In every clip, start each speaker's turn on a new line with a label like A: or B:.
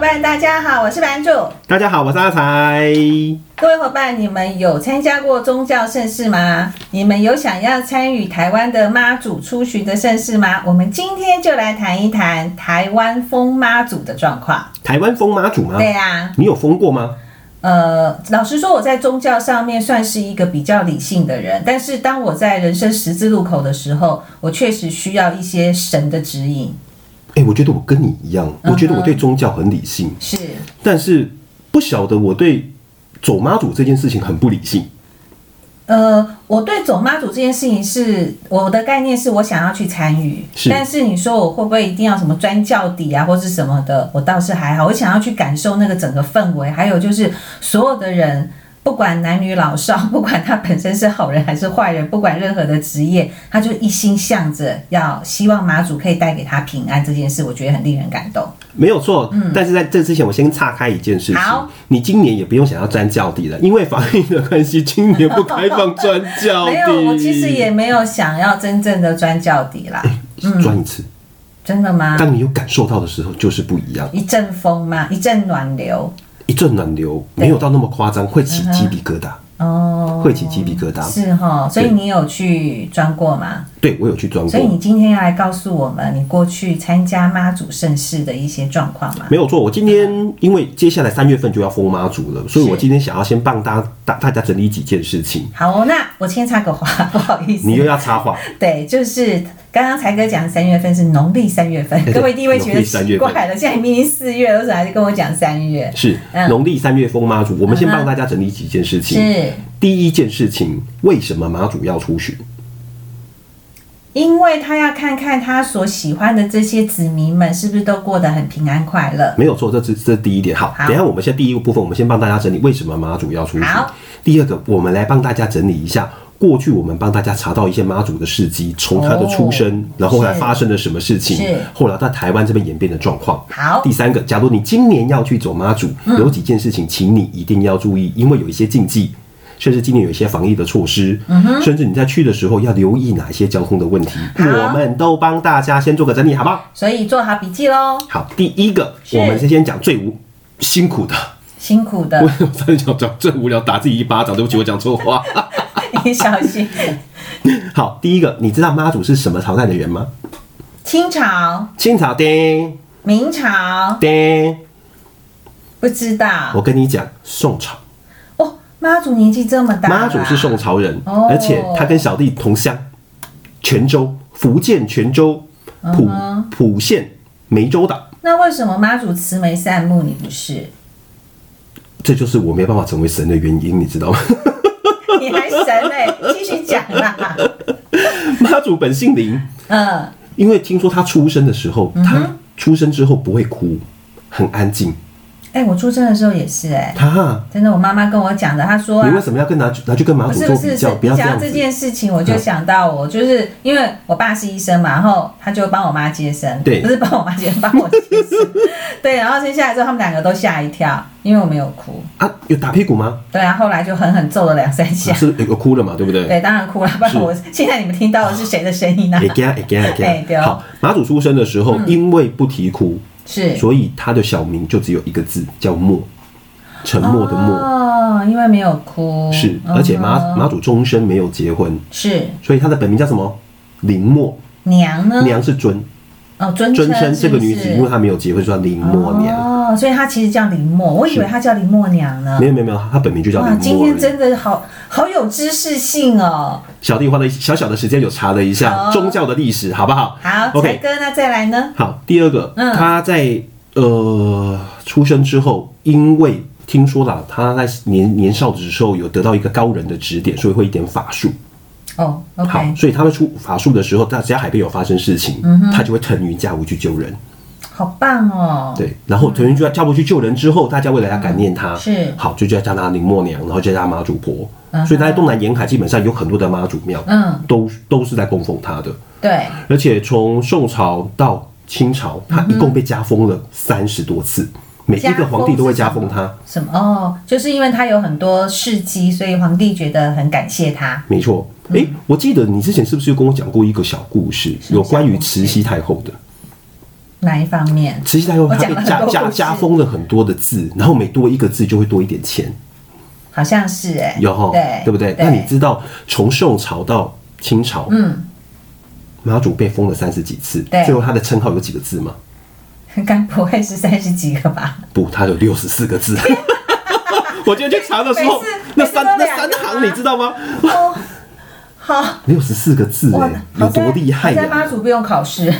A: 伴，大家好，我是版主。
B: 大家好，我是阿才。
A: 各位伙伴，你们有参加过宗教盛事吗？你们有想要参与台湾的妈祖出巡的盛事吗？我们今天就来谈一谈台湾封妈祖的状况。
B: 台湾封妈祖吗？
A: 对呀、
B: 你有封过吗？
A: 呃，老实说，我在宗教上面算是一个比较理性的人，但是当我在人生十字路口的时候，我确实需要一些神的指引。
B: 哎、我觉得我跟你一样，
A: 嗯
B: 我觉得我对宗教很理性，
A: 是，
B: 但是不晓得我对走妈祖这件事情很不理性。
A: 呃，我对走妈祖这件事情是我的概念，是我想要去参与，
B: 是
A: 但是你说我会不会一定要什么钻教底啊，或是什么的，我倒是还好，我想要去感受那个整个氛围，还有就是所有的人。不管男女老少， 不管他本身是好人还是坏人，不管任何的职业，他就一心向着要希望妈祖可以带给他平安这件事，我觉得很令人感动。
B: 没有错，但是在这之前，我先岔开一件事情
A: 嗯好。
B: 你今年也不用想要钻教底了，因为防疫的关系，今年不开放钻教底。
A: 没有，我其实也嗯没有想要真正的钻教底啦，
B: 钻一次，
A: 真的吗？
B: 当你有感受到的时候，就是不一样。
A: 一阵风嘛，一阵暖流。
B: 一阵暖流，没有到那么夸张，会起
A: 嗯
B: 鸡皮疙瘩，
A: 哦，
B: 会起鸡皮疙瘩。
A: 是哈，所以你有去钻过吗？
B: 对我有去钻
A: 所以
B: 过。
A: 你今天要来告诉我们你过去参加妈祖盛事的一些状况吗？
B: 没有错，我今天因为接下来三月份就要封妈祖了，所以我今天想要先帮大大大家整理几件事情。
A: 好哦、那我先插个话，不好意思
B: 你，又要插话，
A: 对，就是刚刚才哥讲三月份是农历三月份，
B: 哎对
A: 各位一定会觉得
B: 农历三
A: 奇
B: 月份
A: 怪了，现在明明四月了，为什么还是跟我讲三月？
B: 是
A: 嗯
B: 农历三月封妈祖，我们先帮大家整理几件事情。
A: 是
B: 第一件事情，为什么妈祖要出巡？
A: 因为他要看看他所喜欢的这些子民们是不是都过得很平安快乐。
B: 没有错，这是这是第一点。好，
A: 好
B: 等一下我们现在第一个部分，我们先帮大家整理为什么妈祖要出巡
A: 好。
B: 第二个，我们来帮大家整理一下。过去我们帮大家查到一些妈祖的事迹，从她的出生，
A: 哦
B: 然后后来
A: 是
B: 发生了什么事情
A: 是，
B: 后来到台湾这边演变的状况。
A: 好嗯
B: 第三个，假如你今年要去走妈祖，有几件事情，请你一定要注意，因为有一些禁忌，甚至今年有一些防疫的措施，
A: 嗯
B: 甚至你在去的时候要留意哪一些交通的问题，
A: 好
B: 我们都帮大家先做个整理，好不好？
A: 所以做好笔记喽，
B: 好，第一个，
A: 是
B: 我们先先讲最无辛苦的。
A: 辛苦的
B: 我，有在讲讲最无聊，打自己一巴掌。对不起，我讲错话。
A: 你小心。
B: 好，第一个，你知道妈祖是什么朝代的人吗？
A: 清朝、
B: 清朝的，
A: 明朝
B: 的。
A: 不知道
B: 我跟你讲，宋朝，
A: 哦。妈祖年纪这么大，
B: 妈祖是宋，朝人，
A: 哦
B: 而且他跟小弟同乡，泉州，福建泉州
A: 嗯
B: 浦浦县湄洲岛。
A: 那为什么妈祖慈眉善目，你不 是？
B: 这就是我没办法成为神的原因，你知道吗？
A: 你还神嘞、继续讲啦。
B: 妈祖本姓林，
A: 嗯，
B: 因为听说他出生的时候，他出生之后不会哭，很安静。
A: 哎、我出生的时候也是哎、
B: 他啊、
A: 真的，我妈妈跟我讲的，她说啊
B: 你为，什么要跟拿拿去跟马
A: 不
B: 祖
A: 是
B: 做
A: 不
B: 比
A: 是是，
B: 较？不
A: 你
B: 要这
A: 讲
B: 样
A: 到
B: 子嗯
A: 这。件事情，我就想到我，就是因为我爸是医生嘛，然后他就帮我妈接生，
B: 对
A: 不是帮我妈接生，帮我接 生，对，然后生下来之后，他们两个都吓一跳，因为我没有哭，
B: 啊，有打屁股吗？
A: 对啊，后来就狠狠揍了两三下，
B: 是有有哭了嘛，对不对？
A: 对，当然哭了，不然我现在你们听到的是谁的声音呢、
B: 会惊会惊
A: 哎
B: 会
A: 对
B: 惊。
A: 哦嗯
B: 好，马祖出生的时候，因为不啼哭，
A: 是
B: 所以他的小名就只有一个字，叫默，沉默的默。
A: 哦，因为没有哭，
B: 是，
A: 嗯
B: 而且马马祖终身没有结婚，
A: 是
B: 所以他的本名叫什么？林默，
A: 娘呢？
B: 娘是尊，
A: 哦，嗯尊
B: 尊称
A: 是
B: 这
A: 不
B: 个
A: 是
B: 女子，因为她没有结婚，所以叫林默娘。
A: 哦，所以她其实叫林默，我以为她叫林默娘呢
B: 没。有没有没有，她本名就叫
A: 哇，
B: 林
A: 今
B: 默而
A: 天
B: 已。
A: 真的好好有知识性哦。
B: 小弟花了小小的时间有查了一下
A: 哦
B: 宗教的历史，好不好？
A: 好，才
B: ，OK。
A: 哥，那再来呢？
B: 好，第二个，
A: 嗯
B: 他在呃出生之后，因为听说了他在年年少的时候有得到一个高人的指点，所以会一点法术。
A: 哦
B: 好
A: ，OK，，
B: 所以他会出法术的时候，他只要海边有发生事情，
A: 嗯
B: 他就会腾云驾雾去救人。
A: 好棒哦。，
B: 对，然后腾云驾驾雾去救人之后，大家为了要感念他，
A: 嗯是
B: 好，就叫叫他林默娘，然后叫他妈祖婆。
A: 嗯
B: 所以他在东南沿海基本上有很多的妈祖庙，
A: 嗯，
B: 都都是在供奉他的。
A: 对，
B: 而且从宋朝到清朝，他一共被加封了三十多次，每一个皇帝都会加封他。
A: 什么？哦，就是因为他有很多事迹，所以皇帝觉得很感谢他。
B: 没错，诶，我记得你之前是不是有跟我讲过一个小故事，
A: 什么
B: 有关于慈禧太后的？
A: 哪一方面？
B: 慈禧太后
A: 我
B: 她
A: 讲
B: 被
A: 了很
B: 加
A: 多
B: 加
A: 故事
B: 加封了很多的字，然后每多一个字就会多一点钱，
A: 好像是哎、
B: 有哈，
A: 对，
B: 对不对？那你 知道从宋朝到清朝，
A: 嗯，
B: 妈祖被封了三十几次，
A: 对
B: 最后她的称号有几个字吗？
A: 该不会是三十几个 吧？
B: 不，它有六十四个字。 我今天去查的时候
A: 每次，
B: 那
A: 每次
B: 三
A: 都
B: 那
A: 两
B: 三
A: 个啊
B: 行你知道吗？
A: 哦，好，
B: 六十四个字
A: 哇
B: 哎，有多厉害
A: 好在妈
B: 呀！
A: 祖不用考试， 要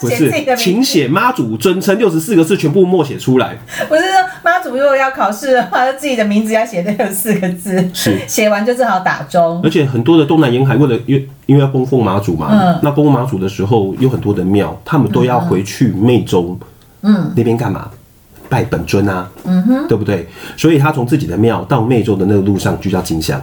B: 不
A: 写自
B: 是
A: 己的，名
B: 请
A: 字。
B: 写妈祖尊称六十四个字全部默写出来。
A: 不是说妈祖如果要考试的话，自己的名字要写六四个字，
B: 是
A: 写完就正好打钟。
B: 而且很多的东南沿海，为了因为因为要供奉妈祖嘛，
A: 嗯
B: 那供奉妈祖的时候有很多的庙，他们都要回去湄洲，嗯，那边干嘛？拜本尊啊，嗯哼，对不对？所以他从自己的庙到湄洲的那个路上就叫金香，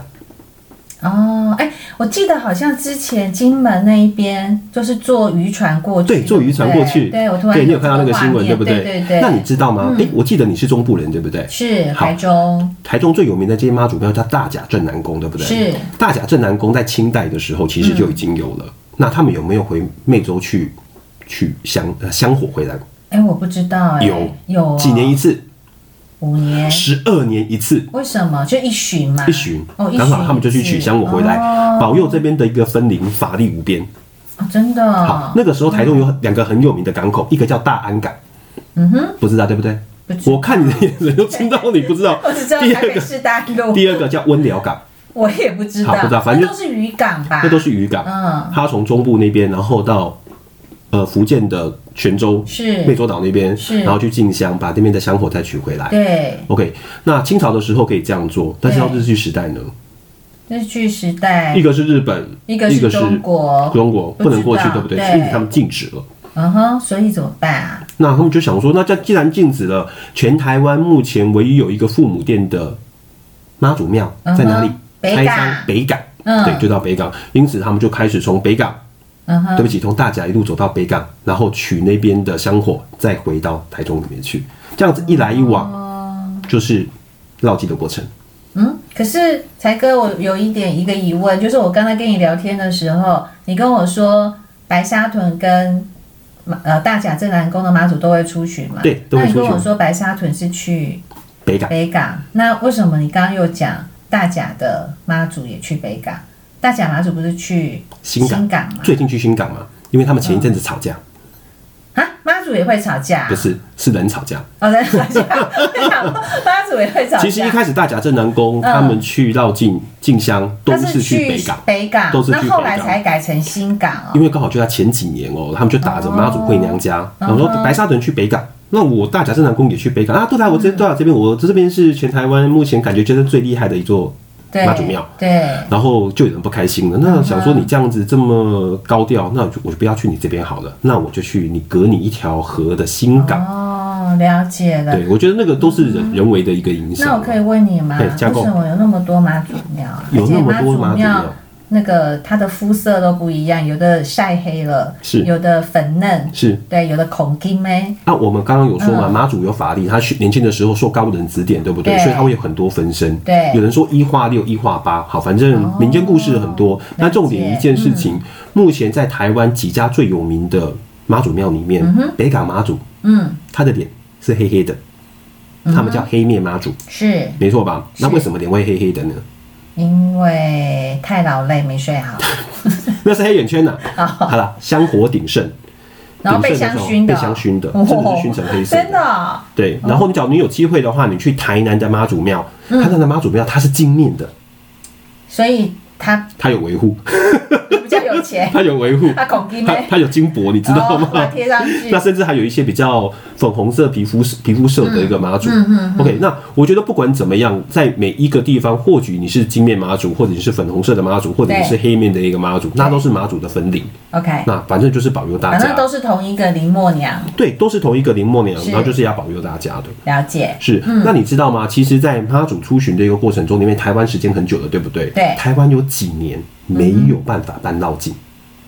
A: 哦，哎、我记得好像之前金门那一边就是坐渔船过去，
B: 对，坐渔船过
A: 对
B: 去，
A: 对我突然
B: 对你有看到那个
A: 这
B: 新
A: 画
B: 闻，
A: 面
B: 对不
A: 对？
B: 对
A: 对嗯
B: 那你知道吗？诶，我记得你是中部人，对不对？
A: 是
B: 好
A: 台中，
B: 台中最有名的这些妈祖庙叫大甲镇南宫，对不对？
A: 是。嗯
B: 大甲镇南宫在清代的时候其实就已经有了，那他们有没有回湄洲去去香呃香火回来？
A: 哎、我不知道、哎，
B: 有
A: 有哦
B: 几年一次，
A: 五年，
B: 十二年一次。
A: 为什么就一巡嘛？
B: 一巡，
A: 哦，一
B: 然
A: 巡
B: 后他们就去取香火回来，
A: 哦
B: 保佑这边的一个分灵法力无边。
A: 哦真的
B: 好
A: 哦，，
B: 那个时候台中有两个很有名的港口，一个叫大安港，
A: 嗯哼，
B: 不知道对不对？
A: 不知
B: 我看你的眼神就知道你不知
A: 。
B: 道
A: 我只知道
B: 第
A: 台
B: 二
A: 北
B: 个，
A: 市啊大陆，
B: 第二个叫温寮港，
A: 我也不知道，
B: 好不知道反正
A: 那都是渔港吧？
B: 那都是渔港。
A: 嗯
B: 它从中部那边，然后到呃福建的泉州、
A: 是
B: 湄洲岛那边，
A: 是
B: 然后去进香，把那边的香火再取回来。
A: 对，
B: OK，那清朝的时候可以这样做，但是到
A: 对
B: 日据时代呢？
A: 日据时代
B: 一，个是日本，
A: 一个是中国，
B: 中国不能过去，对
A: 不
B: 不
A: 知
B: 对？
A: 道
B: 因为他们禁止了。
A: 嗯哼，所以怎么办啊？
B: 那他们就想说，那这既然禁止了，全台湾目前唯一有一个父母殿的妈祖庙
A: 嗯哼
B: 在哪里？
A: 北
B: 开
A: 港
B: 山北港，
A: 嗯
B: 对，就到北港。因此他们就开始从北港，
A: 嗯
B: 对
A: 哼，
B: 不起，从大甲一路走到北港，然后取那边的香火，再回到台中里面去。这样子一来一往，
A: 哦，
B: 就是绕境的过程。
A: 嗯，可是才哥，我有一点一个疑问，就是我刚才跟你聊天的时候，你跟我说白沙屯跟马呃大甲镇南宫的妈祖都会出巡嘛？
B: 对都会
A: 那你跟
B: 出巡
A: 我说白沙屯是去
B: 北港，
A: 北港，那为什么你刚刚又讲大甲的妈祖也去北港？大甲妈祖不是去
B: 新港
A: 吗？
B: 最近去新港嘛，因为他们前一阵子吵架，
A: 啊，妈祖也会吵架、
B: 不是是人吵架。
A: 哦，在吵架，我想 说妈祖也会吵架。
B: 其实一开始大甲镇南宫、
A: 嗯
B: 他们去绕境进香都
A: 他
B: 是
A: 是
B: 去北港，
A: 北港，
B: 都是去
A: 那后来
B: 北港
A: 才改成新港哦
B: 因。为刚好就在前几年哦，他们就打着妈祖回娘
A: 哦
B: 家，然后说白沙屯去北港。那我大甲镇南宫也去北港啊，对啦，我这
A: 嗯
B: 对啊，这边我这边是全台湾目前感觉觉得最厉害的一座
A: 对，嗯
B: 妈祖庙，
A: 对，
B: 然后就有人不开心了，那想说你这样子这么高调，那我就我就不要去你这边好了，那我就去你隔你一条河的新港。
A: 哦，了解了。
B: 对，我觉得那个都是人人为的一个影响。
A: 那我可以问你吗？
B: 嘿
A: 为
B: 加
A: 什
B: 购
A: 么有那么多妈祖庙啊？
B: 有那么多妈
A: 而
B: 祖
A: 且妈
B: 庙
A: 祖庙那个它的肤色都不一样，有的晒黑了，
B: 是
A: 有的粉嫩，
B: 是
A: 对，有的孔金妹，
B: 那我们刚刚有说嘛，
A: 嗯
B: 妈祖有法力，她学年轻的时候受高人指点，对不对？
A: 对
B: 所以她会有很多分身。
A: 对哦
B: 有人说一化六，一化八，好，反正民间故事很多。那重点一件事
A: 嗯
B: 情，目前在台湾几家最有名的妈祖庙里面，北港妈祖，
A: 嗯，
B: 她的脸是黑黑的，他们叫黑面妈祖，
A: 是
B: 没错吧？那为什么脸会黑黑的呢？
A: 因为太劳累没睡好，
B: 那是黑眼圈呐、
A: 哦
B: 好了，香火鼎盛，
A: 然后被
B: 鼎盛
A: 香
B: 的时候
A: 熏的，
B: 被香熏的
A: 哦
B: 甚至是熏成黑色的
A: 真的哦、嗯
B: 对。然后你假如你有机会的话，你去台南的妈祖庙，台南的妈祖庙它是金面的，
A: 所以他
B: 它有维护。
A: 比较有 钱，
B: 它有维护，
A: 他孔金
B: 它
A: 妹，
B: 它有金箔，你知
A: 哦
B: 道
A: 把
B: 吗
A: 它？贴上去
B: 那，甚至还有一些比较粉红色皮肤皮肤色的一个妈祖。OK，那
A: 嗯
B: 我觉得不管怎么样，在每一个地方，或许你是金面妈祖，或者你是粉红色的妈祖，或者你是
A: 对
B: 黑面的一个妈祖，那都是妈祖的分灵。
A: OK，
B: 那反正就是保佑大
A: 反正
B: 家
A: 都，是同一个林默娘，
B: 对，都是同一个林默娘，
A: 是
B: 然后就是要保佑大家的。
A: 了解，
B: 是，那你知道吗？其实，在妈祖出巡的一个过程中，因为台湾时间很久了，对不对？
A: 对嗯
B: 台湾有几年没有办法办绕境。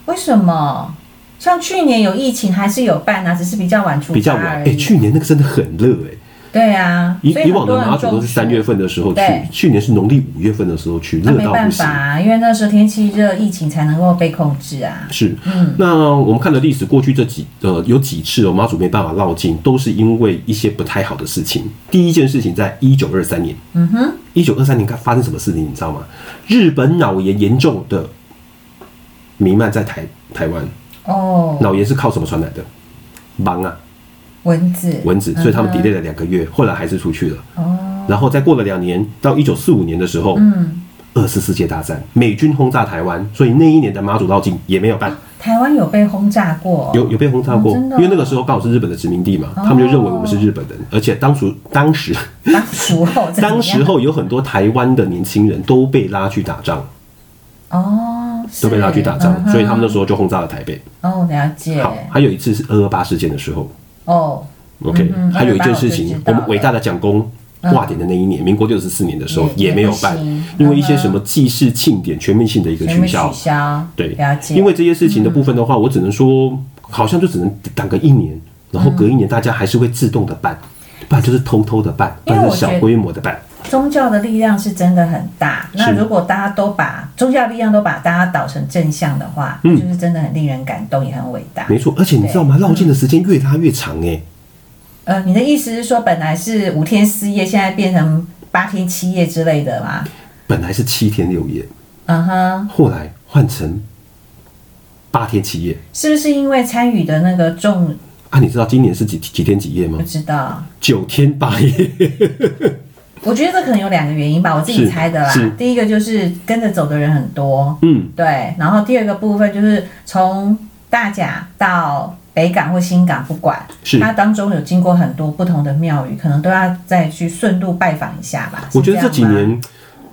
A: 为什么？像去年有疫情还是有办啊，只是比较晚出发
B: 比较晚。
A: 而
B: 哎、
A: 已。
B: 去年那个真的很热哎、
A: 对啊，
B: 以
A: 所以
B: 以
A: 很
B: 往
A: 多
B: 的
A: 人
B: 马祖都是
A: 中暑
B: 三月份的时候去
A: 对，
B: 去年是农历五月份的时候去，
A: 那
B: 热
A: 没
B: 到
A: 办
B: 不行
A: 法。啊，因为那时候天气热，疫情才能够被控制啊。
B: 是，那我们看的历史，过去这几呃有几次哦，马祖没办法绕境，都是因为一些不太好的事情。第一件事情在一九二三年，嗯哼，一九二三年该发生什么事情你知道吗？日本脑炎严重的弥漫在台台湾，
A: 哦，
B: 脑炎是靠什么传染的？忙啊，
A: 蚊子，
B: 蚊子，所以他们
A: 嗯哼
B: delay 了两个月，后来还是出去了。
A: 哦，
B: 然后再过了两年，到一九四五年的时候，
A: 嗯，
B: 二次世界大战，美军轰炸台湾，所以那一年的马祖绕境也没有办。
A: 台湾有被轰炸过，
B: 有有被轰炸过，
A: 哦真的哦哦
B: 因为那个时候刚好是日本的殖民地嘛，他们就认为我们是日本人，而且当时当时
A: 当时候怎么样
B: 当时候有很多台湾的年轻人都被拉去打仗，
A: 哦，
B: 都被拉去打仗，
A: 是嗯哼
B: 所以他们那时候就轰炸了台北。
A: 哦了解
B: 好，还有一次是二二八事件的时候
A: 哦，
B: ，OK，、
A: 嗯
B: 还有一件
A: 228
B: 事
A: 我就知
B: 情
A: 道，
B: 我
A: 了
B: 们伟大的蒋公。挂点的那一年，民国六十四年的时候
A: 也
B: 也没有办
A: 也不行，
B: 因为一些什么祭祀庆典全面性的一个
A: 全部
B: 取
A: 取
B: 消，
A: 消，
B: 对，
A: 了解，嗯
B: 因为这些事情的部分的话，我只能说，好像就只能挡个一年，然后隔一年大家还是会自动的办，不然就是偷偷的办，
A: 嗯
B: 不
A: 因为
B: 然
A: 我
B: 就是小规模的办。
A: 宗教的力量是真的很大。
B: 嗯
A: 那如果大家都把宗教力量都把大家导成正向的话，就是真的很令人感动，也很伟大。
B: 嗯没错，而且你知道吗？绕境的时间越拉越长哎、
A: 呃，你的意思是说，本来是五天四夜，现在变成八天七夜之类的吗？
B: 本来是七天六夜，
A: 嗯哼，
B: 后来换成八天七夜。
A: 是不是因为参与的那个众
B: 啊，你知道今年是几几天几夜吗
A: 不？知道？
B: 九天八夜。
A: 我觉得这可能有两个原因吧，我自己
B: 是
A: 猜的
B: 是
A: 啦。第一个就是跟着走的人很多，
B: 嗯，
A: 对，然后第二个部分就是从大甲到北港或新港，不管
B: 是
A: 它当中有经过很多不同的庙宇，可能都要再去顺路拜访一下吧。是
B: 我觉得
A: 这
B: 这
A: 样
B: 几
A: 吗
B: 年，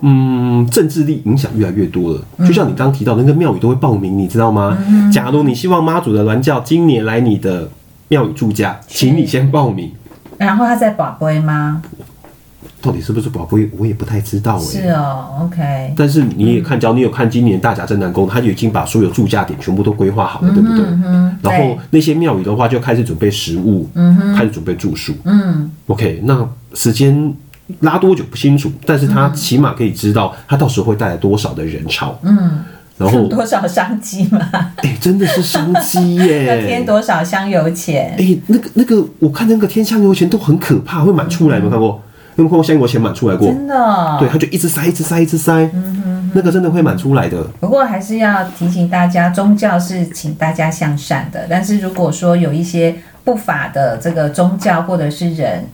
B: 嗯，政治力影响越来越多了。
A: 嗯
B: 就像你刚提到的，那个庙宇都会报名，你知道吗？假如你希望妈祖的銮教今年来你的庙宇住家，请你先报名。
A: 然后他在宝龟吗？
B: 到底是不是宝贝，我也不太知道哎、
A: 是哦，OK，
B: 但是你也看，只要你有看今年大甲镇南宫，它就已经把所有住家点全部都规划好了，对不对？
A: 嗯，
B: 然后
A: 对
B: 那些庙宇的话，就开始准备食物，嗯、开始准备住宿。
A: 嗯，
B: OK，那时间拉多久不清楚，但是
A: 嗯
B: 他起码可以知道他到时候会带来多少的人潮。嗯，然后
A: 有 多少商机嘛？
B: 哎、真的是商 机
A: 要添
B: 耶！
A: 多少香油钱？
B: 哎、那个那个，我看那个天香油钱都很可怕，会满出来，有没有看过？有没有看过香油钱满出来过？
A: 嗯真的嗯哦、
B: 对，他就一直塞，一直塞，一直塞，那个真的会满出来的。
A: 不过还是要提醒大家，宗教是请大家向善的，但是如果说有一些不法的这个宗教或者是人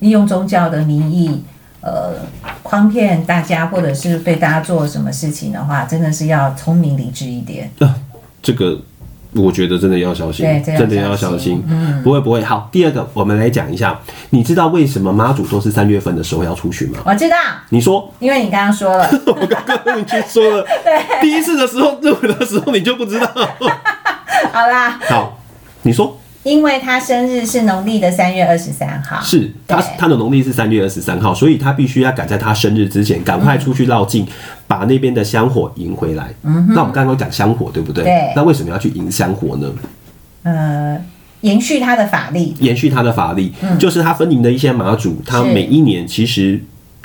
A: 利用宗教的名义，呃，诓骗大家，或者是对大家做什么事情的话，真的是要聪明理智一点。
B: 这个我觉得真的要小心
A: 对，
B: 真的要
A: 小
B: 小
A: 心
B: 心。嗯，不会不会。好，第二个我们来讲一下，你知道为什么妈祖都是三月份的时候要出巡吗？
A: 我知道，
B: 你说，
A: 因为你刚刚说 了，
B: 我刚刚已经说 了，第一次的时候认为的时候你就不知 道。
A: 好啦，
B: 好，你说
A: 因为他生日是农历的三月二十三号，
B: 是他
A: 对
B: 他的农历是三月二十三号，所以他必须要赶在他生日之前，赶快出去绕境，把那边的香火迎回来。那我们刚刚讲香火对嗯不对？
A: 对
B: 那为什么要去迎香火呢？
A: 呃，延续他的法力，
B: 延续它的法力，就是它分灵的一些马祖，它
A: 是
B: 每一年其实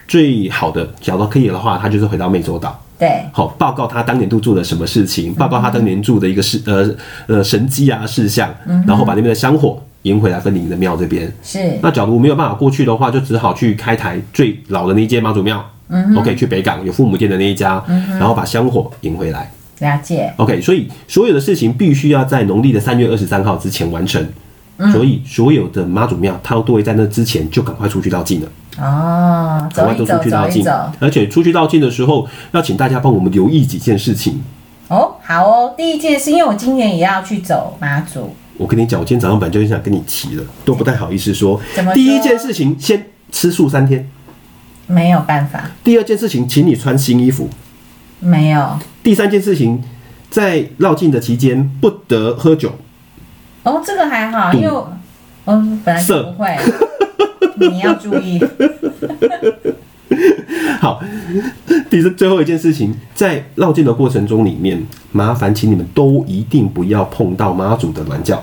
B: 最好的，假如可以的话，它就是回到湄洲岛。
A: 对，
B: 好，报告他当年度做了什么事情，报告他当年做的一个事，呃呃神迹啊事项，然后把那边的香火迎回来分灵的庙这边。
A: 是
B: 那假如没有办法过去的话，就只好去开台最老的那一间妈祖庙。OK，去北港有父母店的那一家，然后把香火迎回来。
A: 了解，
B: OK，所以所有的事情必须要在农历的三月二十三号之前完成。
A: 嗯
B: 所以所有的妈祖庙，它都会在那之前就赶快出去绕境了，
A: 哦，
B: 赶
A: 走
B: 快
A: 一
B: 都
A: 走
B: 出，去绕
A: 走一
B: 境
A: 走。。
B: 而且出去绕境的时候，要请大家帮我们留意几件事情。
A: 哦，好哦。第一件事，因为我今年也要去走马祖，
B: 我跟你讲，我今天早上本来就很想跟你提了，都不太好意思说
A: 怎么。说
B: 第一件事情，先吃素三天；
A: 没有办法，
B: 第二件事情，请你穿新衣服；
A: 没有。
B: 第三件事情，在绕境的期间不得喝酒。
A: 哦，这个还好，因为我我本来就不会， 你要注 意。
B: 好，第三最后一件事情，在绕境的过程中里面，麻烦请你们都一定不要碰到妈祖的銮教。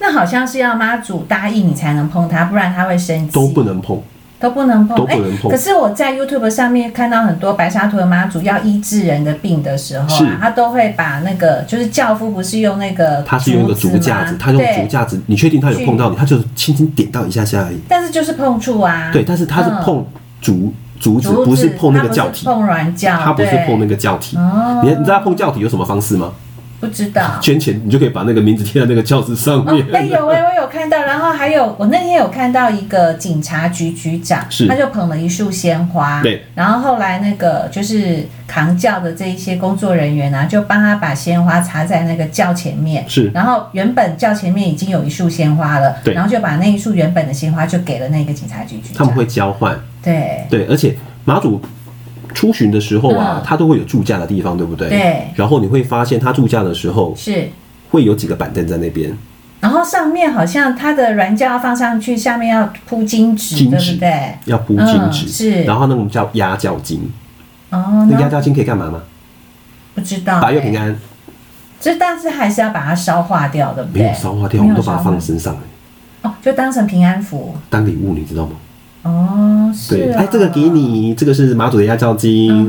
A: 那好像是要妈祖答应你才能碰它，不然它会生气。
B: 都不能碰，
A: 都不能碰，哎
B: 都不能碰
A: 诶可是我在 YouTube 上面看到很多白沙屯妈祖要医治人的病的时候
B: 是
A: 啊，他都会把那个就是教夫不是用那个
B: 他是用一个竹架子
A: 吗，
B: 他用
A: 对
B: 竹架子，你确定他有碰到你，他就轻轻点到一下下而已。
A: 但是就是碰触啊，
B: 对，但是他是
A: 嗯
B: 碰竹竹子
A: 竹，子，
B: 不是碰那个教体
A: 他不，是碰软教，
B: 他不是
A: 对
B: 碰那个教体。
A: 哦
B: 你你知道他碰教体有什么方式吗？
A: 不知道。
B: 捐钱， 你就可以把那个名字贴在那个教子上
A: 哦
B: 面。，
A: 哎、有哎、我有看到，然后还有我那天有看到一个警察局局长，
B: 是
A: 他就捧了一束鲜花，
B: 对，
A: 然后后来那个就是扛轿的这一些工作人员啊，就帮他把鲜花插在那个轿前面，
B: 是
A: 然后原本轿前面已经有一束鲜花了，
B: 对
A: 然后就把那一束原本的鲜花就给了那个警察局局长，
B: 他们会交换，
A: 对
B: 对，而且马祖出巡的时候啊
A: 嗯，
B: 他都会有住驾的地方，对不对？
A: 对
B: 然后你会发现，他住驾的时候
A: 是。
B: 会有几个板凳在那边，
A: 然后上面好像它的软胶要放上去，下面要铺金纸，
B: 金
A: 对
B: 纸
A: 不对？
B: 要铺金纸，
A: 嗯是
B: 然后那种叫压轿金，
A: 哦，
B: 那压
A: 那
B: 轿金可以干嘛吗？
A: 不知道、欸
B: 保佑平
A: 安。
B: 安，
A: 这但是还是要把它烧化掉，对不
B: 没
A: 对？
B: 有烧化掉，我
A: 没
B: 们
A: 有
B: 都把它
A: 烧化
B: 放身上，
A: 哦，就当成平安符。
B: 当礼物，你知道吗？
A: 哦，是
B: 对，
A: 哦
B: 哎，这个给。你，这个是马祖的压轿金，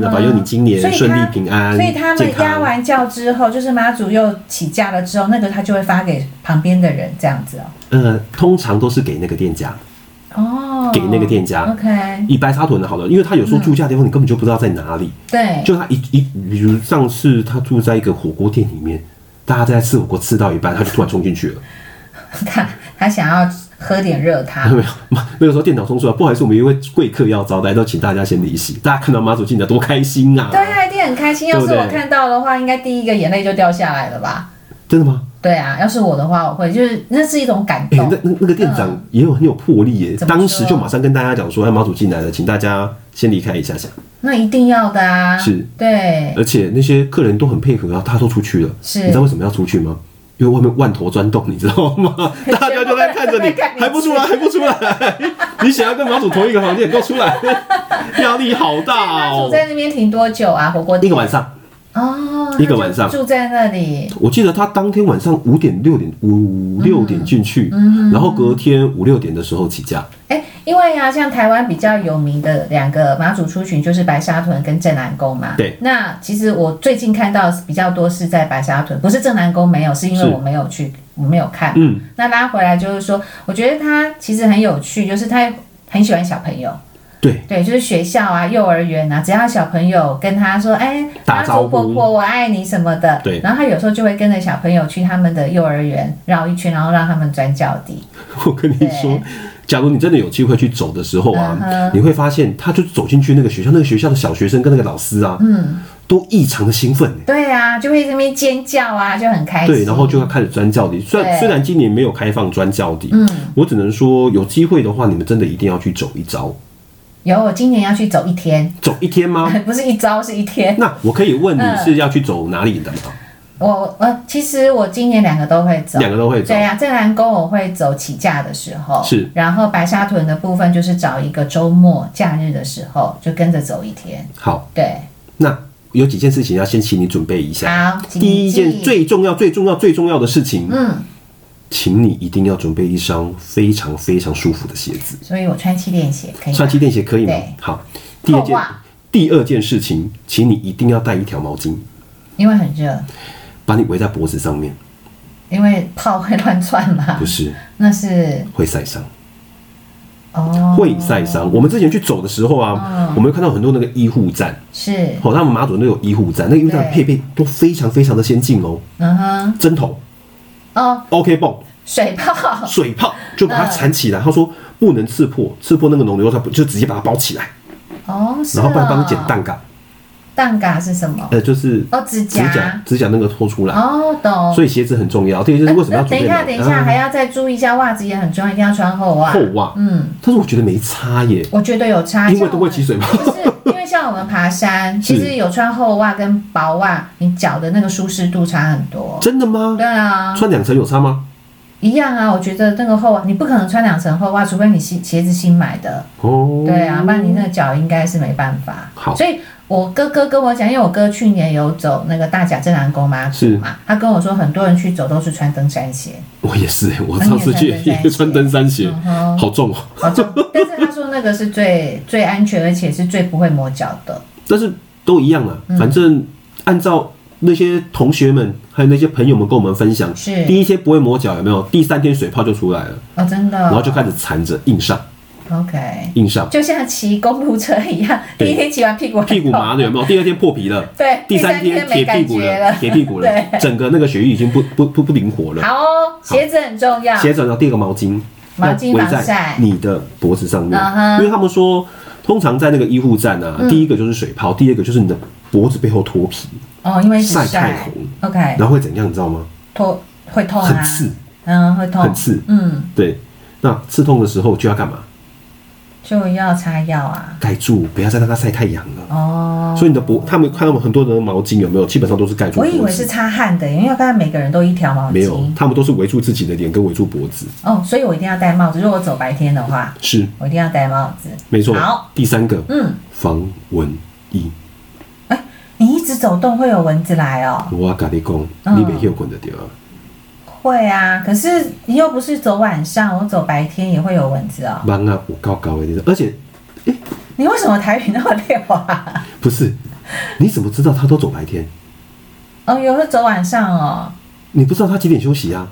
A: 嗯哼
B: 保佑你今年
A: 所以
B: 顺
A: 他
B: 利平安，
A: 所以他
B: 呃健
A: 们
B: 康
A: 压完轿之后，就是妈祖又起驾了之后，那个他就会发给旁边的人这样子哦。
B: 呃，通常都是给那个店家，
A: 哦，
B: 给那个店家
A: OK，嗯
B: 以白沙屯的好了，因为他有时候住家的地方你根本就不知道在哪里。
A: 对，
B: 就他一一，比如上次他住在一个火锅店里面，大家在吃火锅吃到一半，他就突然冲进去了。
A: 他他想要喝点热汤
B: 没。有，妈那个时候电脑冲出来，不好意思，我们因为贵客要招待，都请大家先离席。大家看到妈祖进来多开心啊！
A: 对他一定很开心。
B: 对
A: 要
B: 不
A: 是
B: 对
A: 我看到的话，应该第一个眼泪就掉下来了吧？
B: 真的吗？
A: 对啊，要是我的话，我会就是那是一种感
B: 哎、
A: 动。
B: 那那那个店长也有很有魄力耶，
A: 怎么说啊
B: 当时就马上跟大家讲说，哎，妈祖进来了，请大家先离开一下下。
A: 那一定要的啊，
B: 是，
A: 对，
B: 而且那些客人都很配合啊，大家都出去了。
A: 是
B: 你知道为什么要出去吗？因为外面万头钻动，你知 道吗？大家就在看着
A: 全部人都在
B: 你
A: 看，你
B: 还不出来，还不 出来！你想要跟马祖同一个房间，给我出来！压力好大
A: 妈祖
B: 哦。
A: 在那边停多久啊？火锅
B: 一
A: 店
B: 个晚上，
A: 哦，
B: 一个晚上
A: 他就住在那里，
B: 我记得他当天晚上五点、六点、五六点进去，
A: 嗯
B: 然后隔天五六点的时候起价。
A: 哎，因为啊，像台湾比较有名的两个妈祖出巡就是白沙屯跟镇南宫嘛。
B: 对。
A: 那其实我最近看到比较多是在白沙屯，不是镇南宫没有，是因为
B: 是
A: 我没有去，我没有看。
B: 嗯，
A: 那拉回来就是说，我觉得他其实很有趣，就是他很喜欢小朋友。
B: 对，
A: 对，就是学校啊、幼儿园啊，只要小朋友跟他说“哎，
B: 打
A: 妈
B: 招
A: 祖
B: 呼
A: 婆婆我爱你”什么的，
B: 对
A: 然后他有时候就会跟着小朋友去他们的幼儿园绕一圈，然后让他们钻脚底。
B: 我跟你说
A: 对，
B: 假如你真的有机会去走的时候啊
A: 嗯，
B: 你会发现他就走进去那个学校，那个学校的小学生跟那个老师啊，嗯，都异常的兴奋耶。
A: 对啊，就会在那边尖叫啊，就很开心。
B: 对，然后就要开始钻教底。虽然
A: 对
B: 虽然今年没有开放钻教底，嗯，我只能说有机会的话，你们真的一定要去走一遭，
A: 有我今年要去走一天，
B: 走一天吗？
A: 不是一招，是一天。
B: 那我可以问你
A: 嗯
B: 是要去走哪里的吗？
A: 我我其实我今年两个都会走，
B: 两个都会走
A: 对，呀、啊，镇南宫我会走起价的时候，
B: 是，
A: 然后白沙屯的部分就是找一个周末假日的时候就跟着走一天，
B: 好，
A: 对。
B: 那有几件事情要先请你准备一下。
A: 好，请
B: 第一件
A: 记
B: 最重要、最重要、最重要的事情，
A: 嗯，
B: 请你一定要准备一双非常非常舒服的鞋子，
A: 所以我穿气垫鞋可以吗。
B: 穿气垫鞋可以吗
A: 哎对？
B: 好，第二
A: 厚
B: 件
A: 袜，
B: 第二件事情，请你一定要带一条毛巾，
A: 因为很热，
B: 把你围在脖子上面，
A: 嗯因为泡会乱窜嘛
B: 不。是
A: 那是
B: 会晒伤。
A: 哦，嗯
B: 会晒伤。我们之前去走的时候啊，我们有看到很多那个医护站，
A: 是，
B: 哦，他们马祖都有医护站，那个医护站
A: 对
B: 配备都非常非常的先进哦，
A: 嗯哼，
B: 针头、
A: 哦，
B: OK 泵、
A: 水泡，
B: 水泡，就把它缠起来。他说不能刺破，刺破那个浓硫，他不就直接把它包起来，
A: 哦，是
B: 然后不然帮你
A: 哦
B: 剪。蛋嘎，
A: 蛋嘎是什么？
B: 呃，就是
A: 哦，指
B: 指甲
A: 甲。
B: 指甲那个拖出来。
A: 哦，懂。
B: 呃所以鞋子很重要，第二就是为什么要
A: 那等
B: 准备
A: 一下，等一下，
B: 啊
A: 还要再注意一下，袜子也很重要，一定要穿厚袜。
B: 厚袜？
A: 嗯，
B: 但是我觉得没差耶，
A: 我觉得有差，
B: 因为
A: 像
B: 都
A: 我
B: 会
A: 们
B: 起水泡。
A: 不是因为像我们爬山，其
B: 是
A: 实有穿厚袜跟薄袜，你脚的那个舒适度差很多。
B: 真的吗
A: 对？啊，
B: 穿两层有差吗？
A: 一样啊。我觉得那个厚袜，你不可能穿两层厚啊袜，除非你新鞋子新买的。啊
B: 哦，
A: 对啊，不然你那个脚应该是没办法。
B: 好
A: 所以我哥哥跟我讲，因为我哥去年有走那个大甲镇南宫妈祖
B: 是
A: 嘛，他跟我说很多人去走都是穿登山 鞋，
B: 我也是，我上次去
A: 你也穿
B: 也穿登山鞋，
A: 嗯哼，
B: 好重哦。
A: 好重，但是他说那个是最最安全，而且是最不会磨脚的。
B: 但是都一样
A: 嗯
B: 啊，反正按照那些同学们还有那些朋友们跟我们分享，
A: 是
B: 第一天不会磨脚有没有？第三天水泡就出来了，
A: 哦，真的。
B: 然后就开始缠着硬上
A: OK，
B: 硬 上，
A: 就像骑公路车一样，第
B: 对
A: 一天骑完屁股很
B: 屁股
A: 痛
B: 麻的有没有？第二天破皮了，
A: 对，
B: 第三
A: 三
B: 天
A: 没
B: 铁屁
A: 感
B: 股
A: 觉
B: 了，铁屁股了，
A: 对
B: 整个那个血液已经不不不不灵活了。
A: 好哦，鞋子很重要。
B: 接着呢，第二个毛巾，
A: 毛巾
B: 要围
A: 防晒
B: 在你的脖子上面
A: 嗯哼嗯
B: 因为他们说，通常在那个医护站啊，第一个就是水泡，第二个就是你的脖子背后脱皮，
A: 哦，因为一直
B: 晒太红
A: OK，
B: 然后会怎样，你知道吗？
A: 痛会痛啊，
B: 很刺，
A: 嗯，会痛，
B: 很刺
A: 嗯，
B: 对，那刺痛的时候就要干嘛？
A: 就要擦药啊。
B: 盖住，不要再让它晒太阳了。
A: 哦，
B: 所以你的脖，他们看到很多人的毛巾有没有？基本上都是盖住
A: 我
B: 脖
A: 以为
B: 子
A: 是，擦汗的，因为刚才每个人都一条毛巾。
B: 没有，他们都是围住自己的脸跟围住脖子，
A: 哦，所以我一定要戴帽子。如果我走白天的话，
B: 是
A: 我一定要戴帽子。
B: 没错
A: 好。
B: 第三个，
A: 嗯，
B: 防蚊衣，
A: 你一直走动会有蚊子来哦。
B: 我跟你讲，
A: 嗯
B: 你每天有滚得掉啊。
A: 会啊，可是又不是走晚上，我走白天也会有蚊子哦。
B: 蚊啊，我高高的那种，而且
A: 你为什么台语那么溜啊？
B: 不是，你怎么知道他都走白天？
A: 哦，有时候走晚上哦。
B: 你不知道他几点休息啊？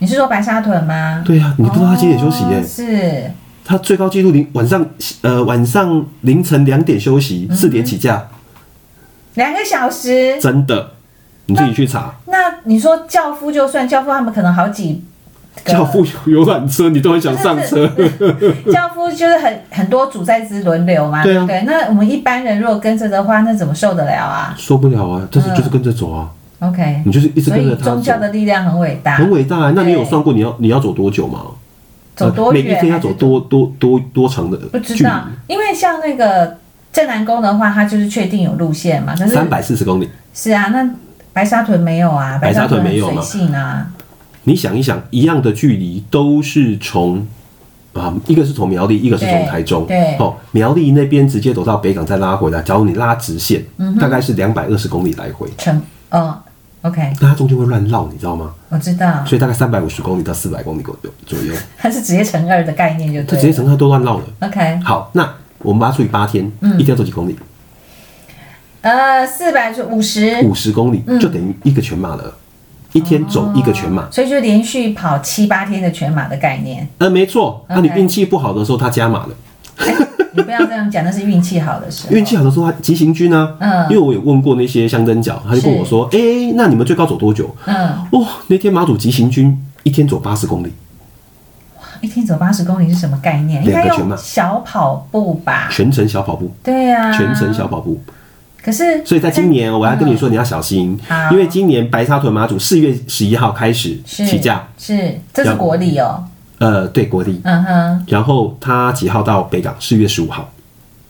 A: 你是说白沙屯吗？
B: 对啊，你不知道他几点休息耶、
A: 哦是
B: 他最高纪录凌晚上呃晚上凌晨两点休息，
A: 嗯
B: 四点起价，
A: 两个小时。
B: 真的，你自己去查。
A: 那你说教夫就算教夫，他们可能好几个
B: 教父游览车，你都很想上车。
A: 教夫就是很很多主在之轮流嘛，
B: 对
A: 对
B: 啊
A: 不对？那我们一般人如果跟着的话，那怎么受得了啊
B: 受不了啊！但是就是跟着走啊，
A: ？OK，
B: 你就是一直
A: 所
B: 跟
A: 以
B: 着他
A: 宗教
B: 走，
A: 的力量很伟大，
B: 很伟大、啊。那你有
A: 对
B: 算过你要你要走多久吗？
A: 走多
B: 呃每
A: 远？
B: 一天要走多多多多长的
A: 不知
B: 距
A: 道
B: 离？，
A: 因为像那个镇南宫的话，它就是确定有路线嘛，可是
B: 三百四十公里。
A: 是啊，那白沙屯没有啊，
B: 白沙
A: 沙
B: 屯
A: 很
B: 没有嘛
A: 随性啊，
B: 你想一想，一样的距离都是从啊，一个是从苗栗，一个是从
A: 对
B: 台中。
A: 对
B: 哦，苗栗那边直接走到北港再拉回来，假如你拉直线，
A: 嗯
B: 大概是两百二十公里来回。
A: 成哦，OK，
B: 那它中间会乱绕，你知道吗？
A: 我知道，
B: 所以大概三百五十公里到四百公里左右左右，
A: 它是直接乘二的概念就
B: 它
A: 对
B: 直
A: 了，
B: 接整个都乱绕了。
A: OK，
B: 好，那我们把它除以八天，
A: 嗯
B: 一天要走几公里？
A: 呃，四百五十，
B: 五十公
A: 嗯
B: 里就等于一个全马了，一天走一个全马。
A: 所以就连续跑七八天的全马的概念。
B: 呃，没错，那
A: OK
B: 你运气不好的时候，它加码了。
A: 哎你不要这样讲，那是运气好的时候。
B: 运气好的时候，它急行军啊。
A: 嗯
B: 因为我有问过那些香灯脚，他就跟我说：“哎、那你们最高走多久
A: 嗯，？”
B: 哦，那天马祖急行军一天走八十公里，
A: 一天走八十公里是什么概念？应
B: 两
A: 该
B: 个全马
A: 用小跑步吧？
B: 全程小跑步，
A: 对呀、啊，
B: 全程小。跑步。
A: 可是，
B: 所以在今年，我要跟你说，你要小心，
A: 嗯好
B: 因为今年白沙屯马祖四月十一号开始
A: 是
B: 起价，
A: 是这是国礼哦。
B: 呃，对国立，
A: 嗯哼
B: 然后它几号到北港？四月十五号，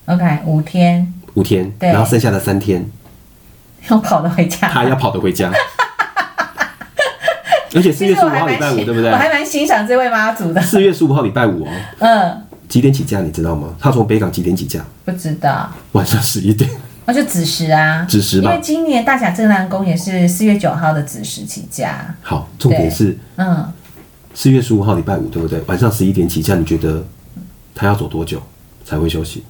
A: ，OK，五天
B: 五天，
A: 对
B: 然后剩下的三天，
A: 要跑得回家。
B: 他要跑得 回家。而且四
A: 其
B: 月
A: 实
B: 十
A: 我
B: 五
A: 还
B: 号礼
A: 蛮
B: 拜五，
A: 欣
B: 对不对
A: 我？还蛮欣赏这位妈祖的。
B: 四月十五号礼拜五哦，
A: 嗯，
B: 几点起价你知道吗？他从北港几点起价？
A: 不知道。
B: 晚上十一点。
A: 那就子时啊，
B: 子时
A: 因
B: 吧
A: 为今年大甲镇南宫也是四月九号的子时起价，
B: 好，重点是
A: 嗯，
B: 四月十五号礼拜五，对不对？晚上十一点起价，你觉得他要走多久才会休息？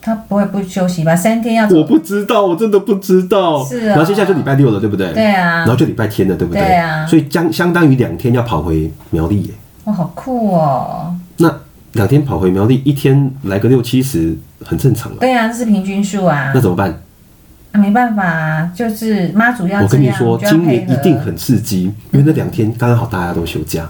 A: 他不会不休息吧？三天要走
B: 我不知道，我真的不知道。
A: 是啊
B: 然后接下来就礼拜六了，对不对？
A: 对啊
B: 然后就礼拜天了，对不对？
A: 对啊
B: 所以将相当于两天要跑回苗栗耶。
A: 哇，好酷哦！
B: 那两天跑回苗栗，一天来个六七十，很正常了。
A: 对啊，这是平均数啊
B: 那，怎么办？
A: 啊没办法啊，就是妈祖要
B: 我
A: 这
B: 跟你
A: 样，
B: 说，
A: 就要
B: 今
A: 配
B: 年
A: 合。
B: 一定很刺激，因为那两天刚好大家都休 假，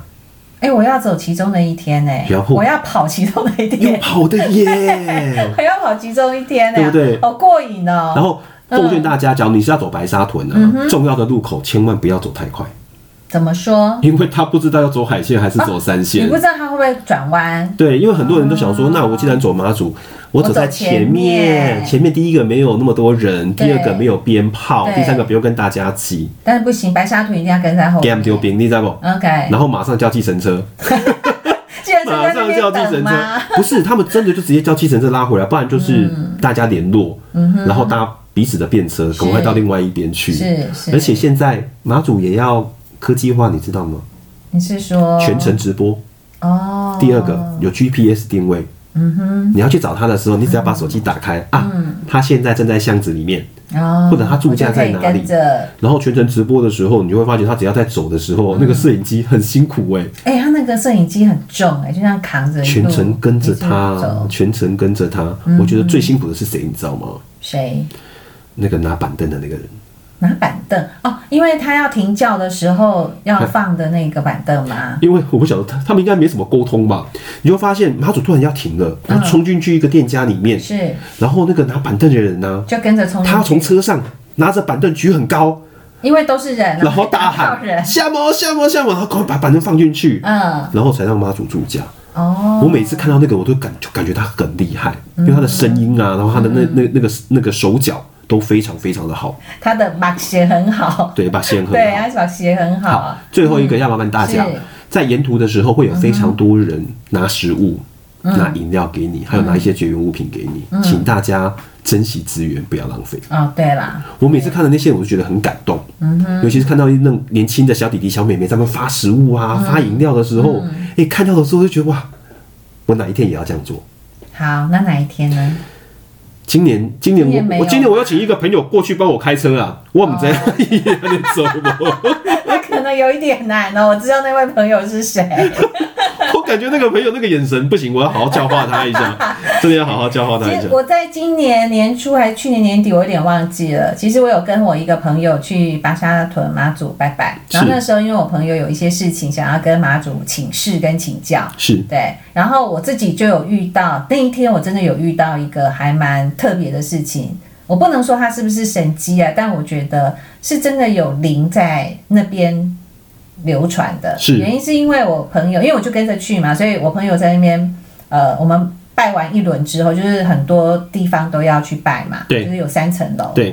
A: 哎、我要走其中的一天呢、
B: 然后
A: 我要跑其中的一
B: 有
A: 天，。
B: 跑的耶
A: 我要跑其中一天呢、
B: 对不对
A: 好过瘾哦！
B: 然后奉劝大家，假如你是要走白沙屯啊，
A: 嗯
B: 重要的路口千万不要走太快，
A: 怎么说？
B: 因为他不知道要走海线还是走山
A: 你
B: 线
A: 不。知道他会不会转弯？
B: 对，因为很多人都想说，那我既然走马祖，我走在前
A: 我走前面
B: 面，前面第一个没有那么多人，
A: 对
B: 第二个没有鞭炮，
A: 对
B: 第三个不用跟大家挤，
A: 但是不行，白沙屯一定要跟在后
B: 给他们
A: 面。
B: 丢兵，你知道不？
A: OK，
B: 然后马上叫计程车，
A: 既然就在
B: 马
A: 那
B: 上
A: 边
B: 叫计
A: 等
B: 程车
A: 吗？， 嗯
B: 不是他们真的就直接叫计程车拉回来，不然就是大家联络，然后搭彼此的便车，赶快到另外一边去。
A: 是是，
B: 而且现在马祖也要科技化，你知道吗？
A: 你是说
B: 全程直播。
A: 哦？
B: 第二个有 GPS 定位。嗯哼，你要去找他的时候，你只要把手机打开啊，
A: 嗯
B: 他现在正在巷子里面，
A: 哦，
B: 或者他住家在
A: 我
B: 哪里
A: 就可以跟着，
B: 然后全程直播的时候，你就会发觉他只要在走的时候，
A: 嗯
B: 那个摄影机很辛苦哎、
A: 哎、他那个摄影机很重哎、就像扛着一路
B: 全程跟着
A: 一直走
B: 他，全程跟着他。
A: 嗯
B: 我觉得最辛苦的是谁，你知道吗？
A: 谁
B: 那个拿板凳的那个人，
A: 拿板凳哦，因为他要停轿的时候要放的那个板凳嘛。
B: 因为我不晓得他他们应该没什么沟通吧？你就发现马祖突然要停了，他
A: 嗯
B: 冲进去一个店家里面，
A: 是，
B: 然后那个拿板凳的人呢、
A: 就跟着冲进去。
B: 他从车上拿着板凳举很高，
A: 因为都是人啊，
B: 然后 大
A: 还看不到人
B: 喊，下毛下毛下毛，然后赶快把板凳放进去，
A: 嗯，
B: 然后才让妈祖住家。
A: 哦，
B: 我每次看到那个，我都感就感觉他很厉害，
A: 嗯
B: 因为他的声音啊，然后他的那那那个那个手脚都非常非常的好，
A: 他的马鞋很好，
B: 对，把线很
A: 对，
B: 好。
A: 他马鞋很好
B: 好，，最后一个要麻烦大家
A: 是，
B: 在沿途的时候会有非常多人拿食物、
A: 嗯
B: 拿饮料给你，还有拿一些绝缘物品给你，请大家珍惜资源，不要浪费。
A: 哦，对啦，
B: 我每次看到那些，我就觉得很感动。
A: 嗯
B: 尤其是看到那种年轻的小弟弟、小妹妹在那边发食物
A: 嗯
B: 啊、发饮料的时候，哎、看到的时候就觉得哇，我哪一天也要这样做。
A: 好，那哪一天呢？
B: 今年，今年
A: 今年没
B: 我
A: 有哦
B: 我今年我要请一个朋友过去帮我开车啊，我们在一样的走路。
A: 那可能有一点难哦，我知道那位朋友是谁。
B: 我感觉那个朋友那个眼神不行，我要好好教化他一 下，真的要好好教化他一
A: 其
B: 下
A: 实。我在今年年初还是去年年底，我有点忘记了。其实我有跟我一个朋友去巴沙屯马祖拜拜，
B: 是
A: 然后那时候因为我朋友有一些事情想要跟马祖请示跟请教，
B: 是
A: 对，然后我自己就有遇到那一天，我真的有遇到一个还蛮特别的事情。我不能说它是不是神机啊，但我觉得是真的有灵在那边流传的。
B: 是
A: 原因是因为我朋友，因为我就跟着去嘛，所以我朋友在那边，呃，我们拜完一轮之后，就是很多地方都要去拜嘛，
B: 对
A: 就是有三层楼，
B: 对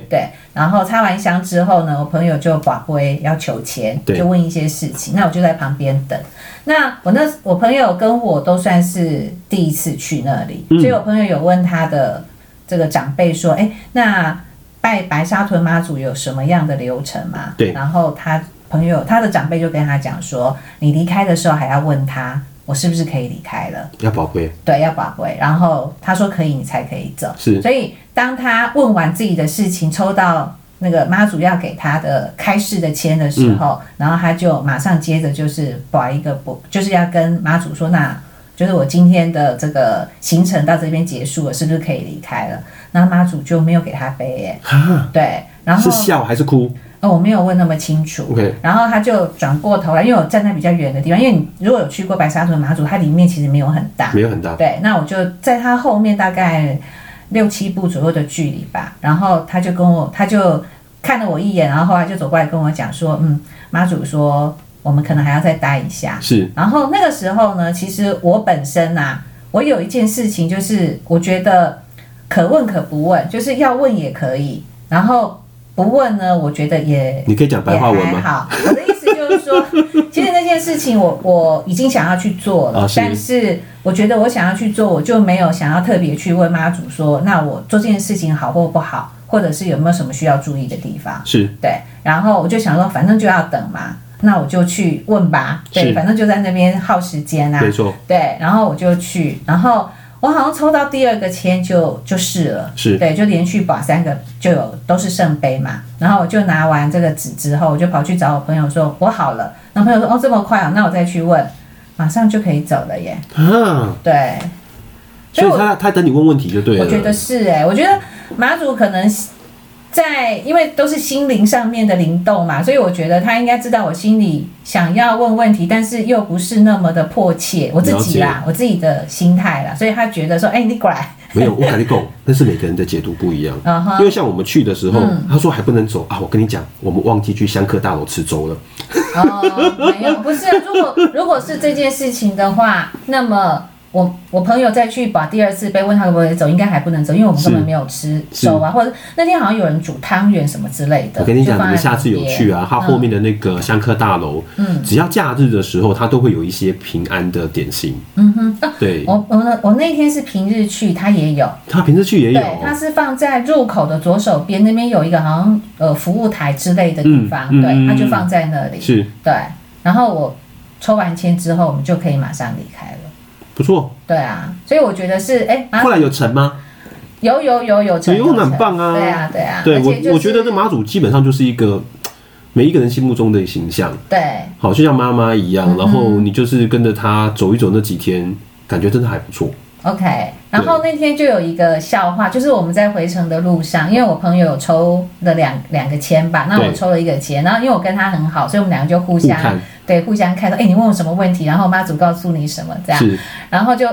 A: 然后插完香之后呢，我朋友就把杯要求签，
B: 对
A: 就问一些事情，那我就在旁边等。那我那我朋友跟我都算是第一次去那里，
B: 嗯
A: 所以我朋友有问他的这个长辈说：“哎、那拜白沙屯妈祖有什么样的流程吗？”
B: 对
A: 然后他朋友他的长辈就跟他讲说：“你离开的时候还要问他，我是不是可以离开了？
B: 要宝贵，
A: 对，要把回。”然后他说可以，你才可以走。
B: 是
A: 所以当他问完自己的事情，抽到那个妈祖要给他的开示的签的时候，然
B: 嗯
A: 后他就马上接着就是把一个不，就是要跟妈祖说，那就是我今天的这个行程到这边结束了，是不是可以离开了？那妈祖就没有给他背耶，
B: 哈，
A: 对，然后
B: 是笑还是哭
A: 哦，我没有问那么清楚。
B: ？OK，
A: 然后他就转过头来，因为我站在比较远的地方，因为你如果有去过白沙屯马祖，它里面其实没有很大，
B: 没有很大，
A: 对，那我就在他后面大概六七步左右的距离吧，然后他就跟我，他就看了我一眼，然后后来就走过来跟我讲说，嗯，妈祖说我们可能还要再待一下。
B: 是
A: 然后那个时候呢，其实我本身啊，我有一件事情就是我觉得可问可不问，就是要问也可以，然后不问呢，我觉得也
B: 你可以讲白话文
A: 也还
B: 吗？
A: 好，我的意思就是说， 其实那件事情我我已经想要去做了，
B: 啊是
A: 但是我觉得我想要去做，我就没有想要特别去问妈祖说，那我做这件事情好或不好，或者是有没有什么需要注意的地方。
B: 是
A: 对，然后我就想说，反正就要等嘛，那我就去问吧。对，
B: 是
A: 反正就在那边耗时间啊
B: 没。错，
A: 对，然后我就去，然后我好像抽到第二个签就就是了。
B: 是
A: 对，就连续把三个就有都是圣杯嘛，然后我就拿完这个纸之后，我就跑去找我朋友说，我好了。然后朋友说，哦，这么快啊，那我再去问，马上就可以走了耶。
B: 啊，
A: 对，所
B: 所
A: 以
B: 以
A: 我
B: 他他等你问问题就对
A: 我
B: 了。
A: 觉得是哎、我觉得马祖可能在，因为都是心灵上面的灵动嘛，所以我觉得他应该知道我心里想要问问题，但是又不是那么的迫切，我自己啦，我自己的心态啦，所以他觉得说，哎、你过来，
B: 没有，我跟你讲，但是每个人的解读不一样。
A: 嗯 哼
B: 因为像我们去的时候，他说还不能走啊，我跟你讲，我们忘记去香客大楼吃粥了。
A: 哦，没有，不是。如果如果是这件事情的话，那么我我朋友再去把第二次杯问他可不可以走，应该还不能走，因为我们根本没有吃
B: 是
A: 粥啊，或者那天好像有人煮汤圆什么之类的。
B: 我跟你
A: 就
B: 讲，你
A: 放
B: 们
A: 在
B: 下次有
A: 旁边嗯
B: 去啊，它后面的那个香客大楼，嗯，只要假日的时候，它都会有一些平安的点心。嗯哼，对，
A: 我我那我那天是平日去，它也有，
B: 它平时去也有
A: 对，它是放在入口的左手边那边有一个好像呃服务台之类的地方，
B: 嗯嗯嗯
A: 对，它就
B: 嗯
A: 放在那里，
B: 是
A: 对。然后我抽完签之后，我们就可以马上离开了，
B: 不错。
A: 对啊。所以我觉得是哎，马
B: 后来有成吗？
A: 有有有有成，
B: 有
A: 有
B: 很
A: 成
B: 棒啊
A: 对啊对啊，
B: 对
A: 而
B: 我
A: 且就，是
B: 我觉得这马祖基本上就是一个每一个人心目中的形象，
A: 对
B: 好，就像妈妈
A: 嗯
B: 一样，然后你就是跟着她走一走那几天，感觉真的还不错。
A: OK，然后那天就有一个笑话，就是我们在回程的路上，因为我朋友有抽了两两个签吧，那我
B: 对
A: 抽了一个签，然后因为我跟他很好，所以我们两个就互相
B: 互看
A: 对互相看说，哎、你问我什么问题，然后妈祖告诉你什么这样，
B: 是，
A: 然后就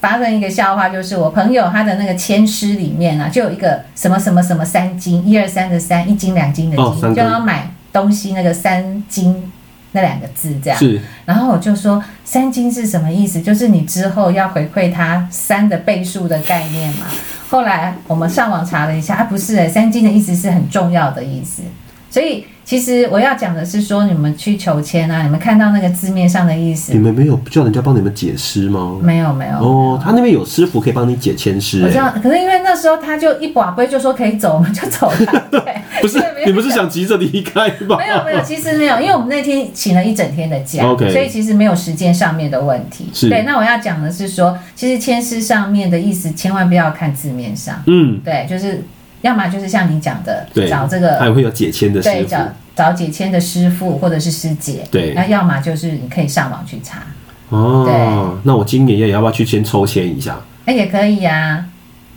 A: 发生一个笑话，就是我朋友他的那个签诗里面啊，就有一个什么什么什么三斤，一二三的三，一斤两斤的斤，
B: 哦三
A: 就
B: 斤
A: 要买东西那个三斤那两个字这样，
B: 是，
A: 然后我就说三金是什么意思？就是你之后要回馈他三的倍数的概念嘛。后来我们上网查了一下，啊，不是、欸，三金的意思是很重要的意思。所以其实我要讲的是说，你们去求签啊，你们看到那个字面上的意思
B: 你们没有叫人家帮你们解诗吗？
A: 没有？没有。
B: 哦，他那边有师傅可以帮你解签诗、
A: 嗯我知
B: 欸。
A: 道，可是因为那时候他就一把杯就说可以走，我们就走了。对，
B: 哎不是
A: 因为没，有
B: 你不是想急着离开吧？
A: 没有没有，其实没有，因为我们那天请了一整天的假
B: OK
A: 所以其实没有时间上面的问题。
B: 是
A: 对，那我要讲的是说，其实签诗上面的意思，千万不要看字面上，
B: 嗯，
A: 对，就是要么就是像你讲的，
B: 对，
A: 找这
B: 还
A: 个
B: 有会有解签的
A: 对
B: 师傅
A: 找。找解签的师傅或者是师姐，
B: 对
A: 那要么就是你可以上网去查，
B: 哦
A: 对，
B: 那我今年也要不要去先抽签一下？
A: 哎也可以呀、啊。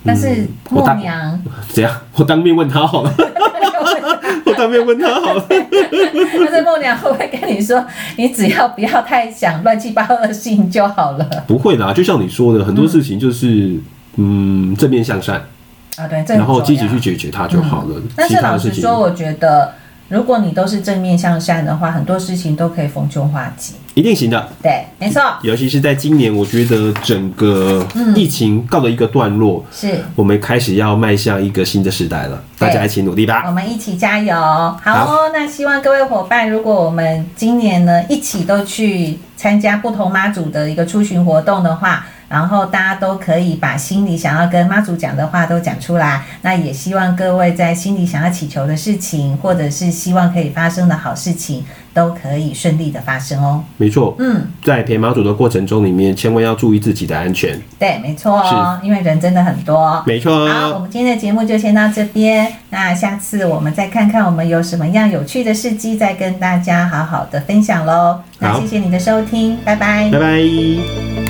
A: 但是
B: 我
A: 默
B: 嗯大
A: 娘，
B: 怎样？我当面问他 好了，我当面问他好了。
A: 但是默娘 会不会跟你说，你只要不要太想乱七八糟的事情就好了
B: 不会啦，就像你说的，很多事情就是嗯正面向善，
A: 啊？对，这很
B: 然后
A: 重
B: 积极
A: 要
B: 去解决它就好了。
A: 嗯但
B: 其
A: 是
B: 他
A: 老
B: 的事
A: 实
B: 情
A: 说，我觉得如果你都是正面向善的话，很多事情都可以逢凶化吉。
B: 一定行的。
A: 对，没错，
B: 尤其是在今年，我觉得整个疫情告了一个段落，
A: 是
B: 我们开始要迈向一个新的时代了，大家
A: 对
B: 一起努力吧。
A: 我们一起加油。好哦，那希望各位伙伴，如果我们今年呢一起都去参加不同妈祖的一个出巡活动的话。然后大家都可以把心里想要跟妈祖讲的话都讲出来，那也希望各位在心里想要祈求的事情，或者是希望可以发生的好事情，都可以顺利的发生哦。
B: 没错，
A: 嗯，
B: 在陪马祖的过程中里面，千万要注意自己的安全。
A: 对，没错哦，因为人真的很多。
B: 没错，哦
A: 好，我们今天的节目就先到这边。那下次我们再看看我们有什么样有趣的事迹，再跟大家好好的分享喽。那
B: 好
A: 谢谢你的收听，拜拜
B: 拜拜。